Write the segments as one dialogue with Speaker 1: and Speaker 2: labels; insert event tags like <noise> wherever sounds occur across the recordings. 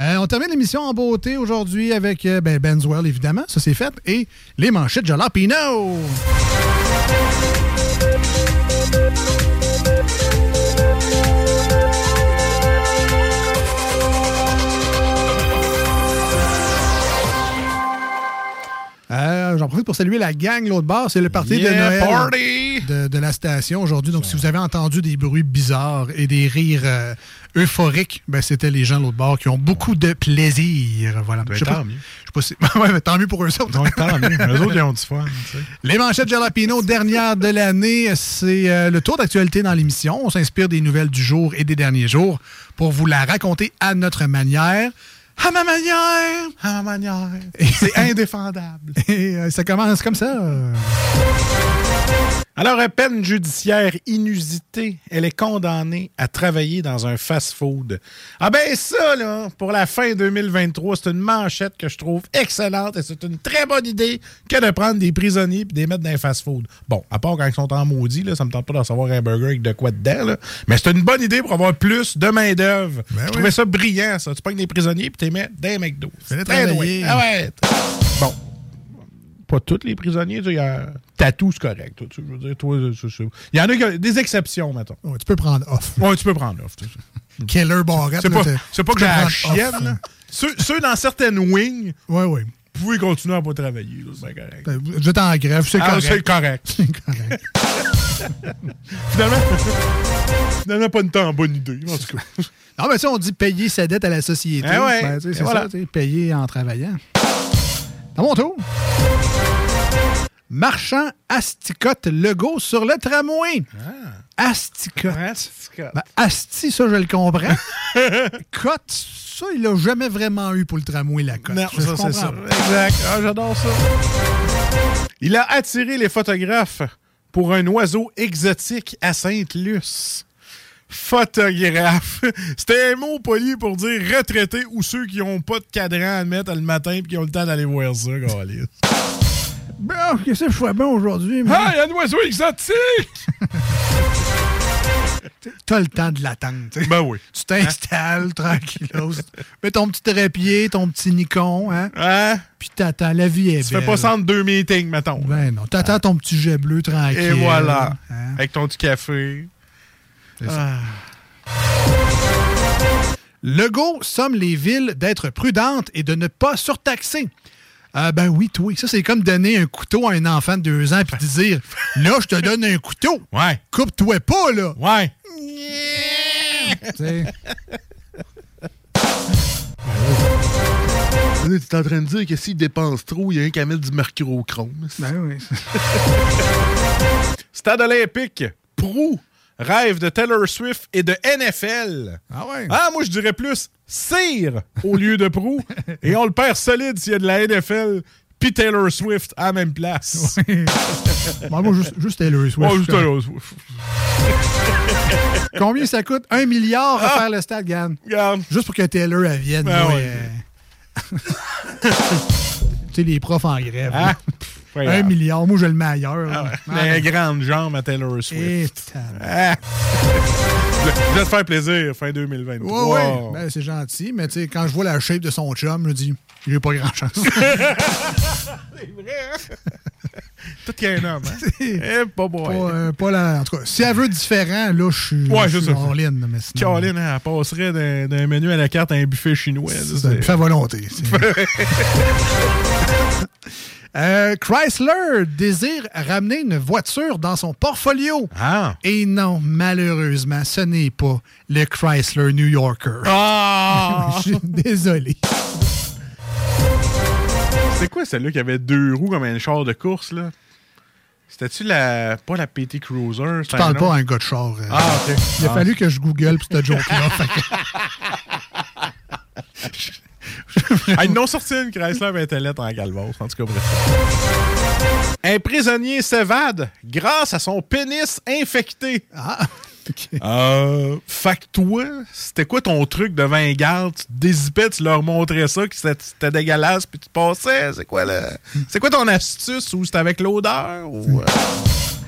Speaker 1: Euh, on termine l'émission en beauté aujourd'hui avec euh, ben, Benswell, évidemment, ça c'est fait, et les manchettes Jalapino. Euh, J'en profite pour saluer la gang l'autre bar, c'est le parti de
Speaker 2: Yeah,
Speaker 1: Noël
Speaker 2: party!
Speaker 1: De, de la station aujourd'hui. Donc, si vous avez entendu des bruits bizarres et des rires euh, euphoriques, ben, c'était les gens de l'autre bord qui ont beaucoup de plaisir. Voilà.
Speaker 2: Ben,
Speaker 1: Je sais pas-
Speaker 2: tant mieux.
Speaker 1: je sais pas si- <laughs> Ouais, mais tant mieux pour eux autres.
Speaker 2: Donc, tant mieux. Eux autres, ils ont du fun. tu sais.
Speaker 1: <laughs> Les manchettes Jalapino, dernière de l'année, c'est euh, le tour d'actualité dans l'émission. On s'inspire des nouvelles du jour et des derniers jours pour vous la raconter à notre manière. À ma manière! À ma manière! <laughs> C'est indéfendable. Et euh, ça commence comme ça. euh.
Speaker 2: Alors, à peine judiciaire inusitée, elle est condamnée à travailler dans un fast-food. Ah ben ça, là, pour la fin 2023, c'est une manchette que je trouve excellente et c'est une très bonne idée que de prendre des prisonniers et de les mettre dans un fast-food. Bon, à part quand ils sont en maudit, là, ça me tente pas d'en savoir un burger avec de quoi dedans, là. mais c'est une bonne idée pour avoir plus de main-d'œuvre. je
Speaker 1: oui.
Speaker 2: trouvais ça brillant, ça. Tu pognes des prisonniers et tu les mets dans un McDo.
Speaker 1: Fais-les
Speaker 2: Très
Speaker 1: travailler.
Speaker 2: doué. Ah ouais. Bon, pas tous les prisonniers. Tu sais, il y a- Tatou, c'est correct. toi, tu- je veux dire, toi, c'est- c'est- Il y en a qui ont des exceptions, mettons.
Speaker 1: Ouais, tu peux prendre off.
Speaker 2: Ouais, tu peux prendre off. tu sais.
Speaker 1: Keller Barrett.
Speaker 2: C'est
Speaker 1: là,
Speaker 2: pas,
Speaker 1: t'es-
Speaker 2: c'est pas
Speaker 1: tu peux
Speaker 2: que j'ai la
Speaker 1: prendre
Speaker 2: chienne.
Speaker 1: off.
Speaker 2: là. Ceux, ceux dans certaines wings,
Speaker 1: Ouais, ouais.
Speaker 2: vous pouvez continuer à pas travailler. là, C'est bien correct.
Speaker 1: Ben, Vous êtes en grève, c'est
Speaker 2: Ah,
Speaker 1: correct.
Speaker 2: C'est correct.
Speaker 1: <laughs>
Speaker 2: <laughs>
Speaker 1: C'est correct.
Speaker 2: Finalement, <laughs> finalement, pas une temps bonne idée.
Speaker 1: <laughs>
Speaker 2: En tout cas.
Speaker 1: Non, mais tu sais, on dit payer sa dette à la société.
Speaker 2: Eh ouais.
Speaker 1: Ben, tu sais,
Speaker 2: Et
Speaker 1: c'est
Speaker 2: voilà.
Speaker 1: ça, tu sais, payer en travaillant. À mon tour. Marchand asticote Legault sur le tramway.
Speaker 2: Ah.
Speaker 1: Asticote. Ben, asti, ça, je le
Speaker 2: <laughs>
Speaker 1: comprends. cote, ça, il l'a jamais vraiment eu pour le tramway, la cote.
Speaker 2: Non,
Speaker 1: Je
Speaker 2: ça,
Speaker 1: comprends
Speaker 2: c'est ça.
Speaker 1: pas.
Speaker 2: Exact. Ah, j'adore ça. Il a attiré les photographes pour un oiseau exotique à Sainte-Luce. Photographe. <laughs> C'était un mot poli pour dire retraité ou ceux qui n'ont pas de cadran à mettre le matin et qui ont le temps d'aller voir ça,
Speaker 1: <laughs>
Speaker 2: câlisse.
Speaker 1: Bon, qu'est-ce que Ben, je fais bien aujourd'hui? moi?
Speaker 2: Ah, il y a un oiseau exotique!
Speaker 1: T'as le temps de l'attendre. tu sais.
Speaker 2: Ben oui.
Speaker 1: Tu
Speaker 2: Hein?
Speaker 1: t'installes tranquillos. Mets ton petit trépied, ton petit Nikon, hein?
Speaker 2: Hein?
Speaker 1: Puis t'attends. La vie est
Speaker 2: Tu
Speaker 1: belle.
Speaker 2: fais pas ça entre deux meetings, mettons.
Speaker 1: Ben non, t'attends ton petit jet bleu tranquille.
Speaker 2: Et voilà.
Speaker 1: Hein?
Speaker 2: Avec ton petit café.
Speaker 1: Legault somme les villes d'être prudentes et de ne pas surtaxer. Ah ben oui, toi. Ça, c'est comme donner un couteau à un enfant de deux ans puis te
Speaker 2: <laughs>
Speaker 1: dire Là, je te donne un couteau.
Speaker 2: Ouais.
Speaker 1: Coupe-toi pas, là.
Speaker 2: Ouais.
Speaker 1: Tu sais.
Speaker 3: Ben Tu es en train de dire que s'il dépense trop, il y a un qu'à mettre du mercurochrome.
Speaker 1: ben oui.
Speaker 2: Stade olympique, Prou, rêve de Taylor Swift et de NFL.
Speaker 1: Ah ouais.
Speaker 2: Ah, moi, je dirais plus Cire au lieu de Prou. et on le perd solide s'il y a de la NFL puis Taylor Swift à la même
Speaker 1: <laughs>
Speaker 2: place.
Speaker 1: Bon, moi, juste, juste Taylor Swift.
Speaker 2: Oh, juste Taylor Swift.
Speaker 1: Combien ça coûte? Un milliard à faire le stade, Gann.
Speaker 2: Regarde.
Speaker 1: Juste pour que Taylor elle vienne.
Speaker 2: Ben
Speaker 1: moi,
Speaker 2: ouais.
Speaker 1: euh. <laughs> tu sais, les profs en grève. <laughs>
Speaker 2: Hein?
Speaker 1: là. Un milliard, moi je le mets ailleurs. là. Ah,
Speaker 2: Les grandes jambes à Taylor Swift.
Speaker 1: Et tabarnak.
Speaker 2: Je vais te faire plaisir fin 2023.
Speaker 1: Ouais, ouais. Ben, c'est gentil, mais tu sais, quand je vois la <laughs> shape de son chum, je dis, j'ai pas grand chance.
Speaker 2: Tout qu'un homme, hein? Eh,
Speaker 1: Pas,
Speaker 2: pas boy.
Speaker 1: euh, pas la- en tout cas, si elle veut différent, là, je suis
Speaker 2: Ouais,
Speaker 1: je
Speaker 2: c'est
Speaker 1: suis
Speaker 2: ça.
Speaker 1: all in, mais sinon-
Speaker 2: Caroline, hein, elle passerait d'un, d'un menu à la carte à un buffet chinois. là,
Speaker 1: C'est un
Speaker 2: c'est-
Speaker 1: buffet à
Speaker 2: <laughs>
Speaker 1: volonté. <laughs> Euh, Chrysler désire ramener une voiture dans son portfolio.
Speaker 2: Ah!
Speaker 1: Et non, malheureusement, ce n'est pas le Chrysler New Yorker.
Speaker 2: Ah!
Speaker 1: <laughs> Je suis désolé.
Speaker 2: <laughs> C'est quoi celle-là qui avait deux roues comme un char de course, là? C'était-tu la. pas la PT Cruiser?
Speaker 1: Je parle pas à un gars de char. euh.
Speaker 2: Ben Ah, ok.
Speaker 1: Il a fallu que je google pour cette
Speaker 2: <laughs>
Speaker 1: joke-là. Fait que-
Speaker 2: Ah, ils n'ont sorti une Chrysler Intellect en Galvos, en tout cas, bref. Un prisonnier s'évade grâce à son pénis infecté.
Speaker 1: Ah, ok.
Speaker 2: Euh, fait que toi, c'était quoi ton truc devant un garde? Tu te dézippais, tu leur montrais ça, que c'était c'était dégueulasse, puis tu passais. C'est quoi le... C'est quoi ton astuce? Ou c'était avec l'odeur? Ou... euh,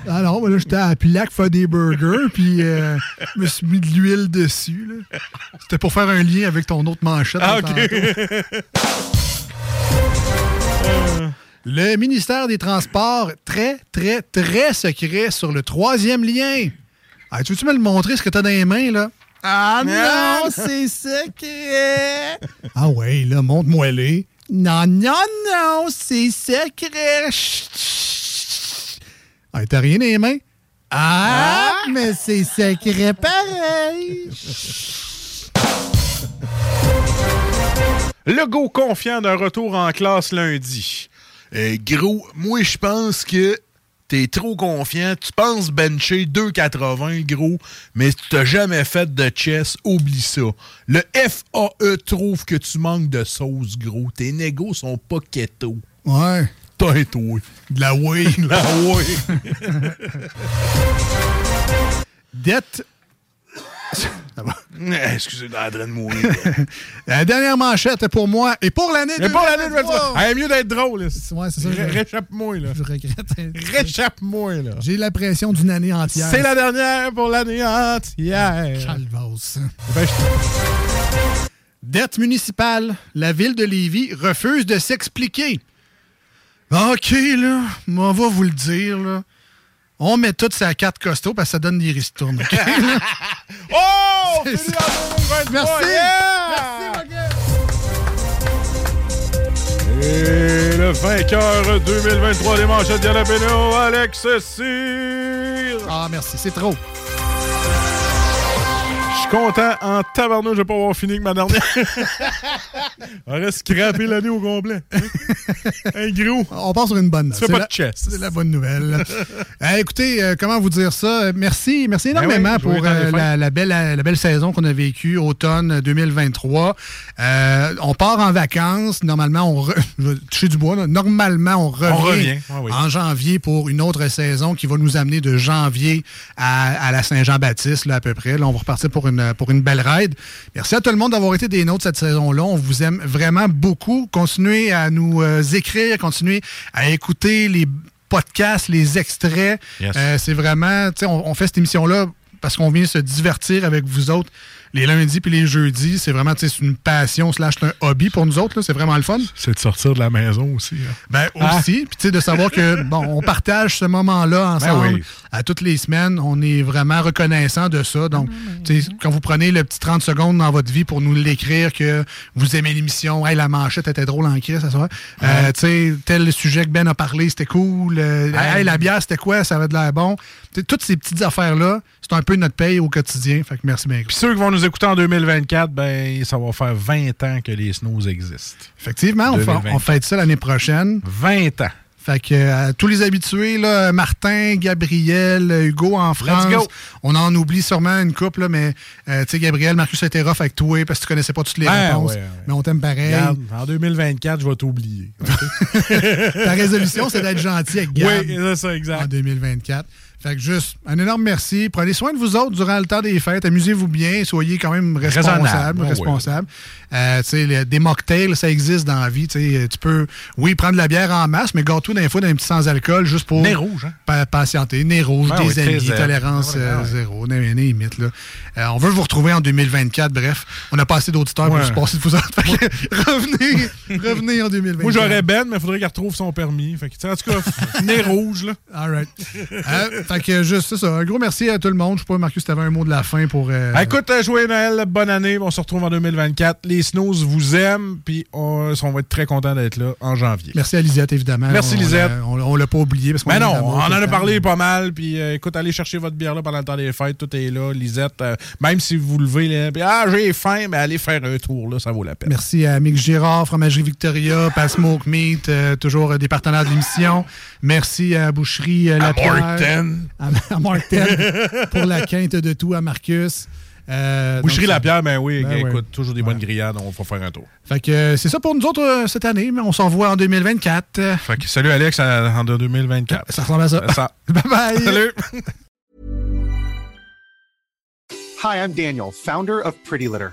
Speaker 1: Alors, là, j'étais à Pilac faire des burgers, puis euh, je me suis mis de l'huile dessus. là. C'était pour faire un lien avec ton autre manchette.
Speaker 2: Ah,
Speaker 1: de
Speaker 2: ok. <laughs>
Speaker 1: tantôt. Le ministère des Transports, très, très, très secret sur le troisième lien. Ah, tu veux-tu me le montrer, ce que t'as dans les mains, là? Ah
Speaker 2: non,
Speaker 3: Hein?
Speaker 1: c'est secret! Ah ouais, là, montre-moi les. Non, non, non, c'est secret! Chut, chut, chut. Ah, t'as rien dans les mains? Ah, mais c'est secret pareil!
Speaker 2: Legault confiant d'un retour en classe lundi.
Speaker 3: Euh, gros, moi, je pense que t'es trop confiant. Tu penses bencher 2,80, gros, mais tu t'as jamais fait de chess. Oublie ça. Le FAE trouve que tu manques de sauce, gros. Tes négos sont pas keto.
Speaker 1: Ouais.
Speaker 3: T'es toi.
Speaker 1: De la whey.
Speaker 3: Là, ouais.
Speaker 1: Dette.
Speaker 3: Eh, Excusez, j'ai en train de mourir.
Speaker 1: La dernière manchette pour moi et pour l'année
Speaker 2: Mais pour l'année de
Speaker 1: 2023.
Speaker 2: Ah, mieux d'être drôle. là.
Speaker 1: Ouais, c'est ça,
Speaker 2: Ré-
Speaker 1: je-
Speaker 2: Réchappe-moi, là.
Speaker 1: Je regrette.
Speaker 2: Réchappe-moi, là.
Speaker 1: J'ai la pression d'une année entière.
Speaker 2: C'est la dernière pour l'année entière.
Speaker 1: Calvasse.
Speaker 2: Ben, je-
Speaker 1: Dette municipale. La ville de Lévis refuse de s'expliquer. OK, là, moi, on va vous le dire, là. On met tout sa carte costaud parce que ça donne des ristournes. OK?
Speaker 2: Oh!
Speaker 1: C'est
Speaker 2: Fini
Speaker 1: ça.
Speaker 2: en 2023,
Speaker 1: Merci.
Speaker 2: yeah! Et le vainqueur 2023 des manchettes Galapino, Alex Cyr.
Speaker 1: Ah, merci, c'est trop.
Speaker 2: Je suis content en tabarnouche de pas avoir fini avec ma dernière. On aurait scrappé l'année au complet. Un gros.
Speaker 1: On part sur une bonne note.
Speaker 2: Tu fais
Speaker 1: C'est
Speaker 2: pas
Speaker 1: la-
Speaker 2: de chess.
Speaker 1: C'est la bonne nouvelle. <laughs> Euh, écoutez, euh, comment vous dire ça? Euh, Merci, merci
Speaker 2: Ben
Speaker 1: énormément
Speaker 2: oui, joyeux
Speaker 1: pour
Speaker 2: temps des
Speaker 1: euh,
Speaker 2: fêtes.
Speaker 1: la, la belle, la belle saison qu'on a vécue, automne 2023. Euh, on part en vacances. Normalement, on re... <laughs> je vais toucher du bois. là. Normalement, on revient,
Speaker 2: revient, ah oui.
Speaker 1: en janvier pour une autre saison qui va nous amener de janvier à, à la Saint-Jean-Baptiste, là, à peu près. Là, on va repartir pour une, pour une belle ride. Merci à tout le monde d'avoir été des nôtres cette saison-là. On vous aime vraiment beaucoup. Continuez à nous euh, écrire, continuez à écouter les podcasts, les extraits.
Speaker 2: Yes.
Speaker 1: Euh, c'est vraiment, tu sais, on, on fait cette émission-là parce qu'on vient se divertir avec vous autres les lundis puis les jeudis. C'est vraiment, tu sais, c'est une passion slash c'est un hobby pour nous autres. là. C'est vraiment le fun.
Speaker 2: C'est de sortir de la maison aussi. hein.
Speaker 1: Ben aussi, puis tu sais de savoir que bon, on partage ce moment-là ensemble
Speaker 2: Ah. Ben oui.
Speaker 1: à toutes les semaines, on est vraiment reconnaissant de ça. Donc, tu sais, quand vous prenez le petit 30 secondes dans votre vie pour nous l'écrire que vous aimez l'émission, hey la manchette était drôle en crise ça soir. Euh, tu sais, tel sujet que Ben a parlé, c'était cool. Euh, hey, la bière, c'était quoi, ça avait de l'air bon. Tu sais, toutes ces petites affaires là, c'est un peu notre paye au quotidien. Fait que merci bien.
Speaker 2: Puis ceux qui vont nous écouter en 2024, ben ça va faire 20 ans que les snows existent.
Speaker 1: Effectivement, on, fait-
Speaker 2: 2020.
Speaker 1: on fête ça l'année prochaine.
Speaker 2: 20 ans.
Speaker 1: Fait que euh, tous les habitués, là, Martin, Gabriel, euh, Hugo en France.
Speaker 2: go.
Speaker 1: On en oublie sûrement une couple, là, mais euh, tu sais, Gabriel, Marcus était rough avec toi parce que tu connaissais pas toutes les
Speaker 2: Ben,
Speaker 1: réponses.
Speaker 2: ouais, ouais.
Speaker 1: Mais on t'aime pareil.
Speaker 2: Regarde, en 2024, je vais t'oublier.
Speaker 1: Ta résolution, c'est d'être gentil avec Gab
Speaker 2: c'est ça,
Speaker 1: en
Speaker 2: exact.
Speaker 1: 2024. Fait que juste, un énorme merci. Prenez soin de vous autres durant le temps des fêtes. Amusez-vous bien. Soyez quand même responsables.
Speaker 2: Raisonnable, Oh ouais,
Speaker 1: responsables. Euh, tu sais, le- des mocktails, ça existe dans la vie. Tu sais, tu peux, oui, prendre de la bière en masse, mais garde-toi d'un fois d'un petit sans-alcool juste pour...
Speaker 2: Nez rouge, hein?
Speaker 1: pa- patienter. Nez rouge,
Speaker 2: Ah
Speaker 1: des
Speaker 2: oui,
Speaker 1: amis,
Speaker 2: très, euh,
Speaker 1: tolérance
Speaker 2: ouais, ouais,
Speaker 1: euh,
Speaker 2: ouais.
Speaker 1: zéro. Nez, nez, limite, là. Euh, on veut vous retrouver en 2024. Bref, on a passé d'auditeurs
Speaker 2: Ouais.
Speaker 1: pour se passer de vous autres. Fait que <laughs> revenez, revenez en 2024.
Speaker 2: Moi, j'aurais Ben, mais il faudrait qu'il retrouve son permis. Fait que, tu sais, en tout cas, nez rouge, là.
Speaker 1: All right. <laughs> Euh, fait que juste c'est ça. Un gros merci à tout le monde. Je sais pas, Marcus, si t'avais un mot de la fin pour. euh,
Speaker 2: Ah, Écoute, euh, joyeux Noël, bonne année. On se retrouve en 2024. Les Snows vous aiment, puis on, on va être très content d'être là en janvier.
Speaker 1: Merci à Lisette, évidemment.
Speaker 2: Merci,
Speaker 1: On l'a-
Speaker 2: Lisette.
Speaker 1: On, l'a- on l'a pas oublié. Parce qu'on
Speaker 2: Mais
Speaker 1: est
Speaker 2: non,
Speaker 1: d'amour
Speaker 2: on en
Speaker 1: tout le
Speaker 2: a
Speaker 1: temps.
Speaker 2: parlé pas mal. Puis euh, écoute, allez chercher votre bière là pendant le temps des fêtes. Tout est là, Lisette. euh, même si vous levez, là, puis, ah, j'ai faim, mais allez faire un tour, là, ça vaut la peine.
Speaker 1: Merci à Mick Girard, Fromagerie Victoria, Pas Smoke Meat, euh, toujours euh, des partenaires de l'émission. Merci à Boucherie euh, La Pierre.
Speaker 3: Morton.
Speaker 1: À, à Mark Ten <laughs> pour la quinte de tout à Marcus. Euh,
Speaker 2: Boucherie
Speaker 1: donc,
Speaker 2: La
Speaker 1: ça-
Speaker 2: Pierre, ben oui,
Speaker 1: Ben
Speaker 2: écoute,
Speaker 1: ouais.
Speaker 2: toujours des bonnes grillades, on va faire un tour.
Speaker 1: Fait que euh, c'est ça pour nous autres euh, cette année, mais on s'en revoit en 2024. Euh,
Speaker 2: Fait que salut Alex à- en 2024.
Speaker 1: Ça ressemble à ça.
Speaker 2: Ça.
Speaker 1: <laughs> <laughs> Bye bye.
Speaker 2: Salut!
Speaker 4: Hi, I'm Daniel, founder of Pretty Litter.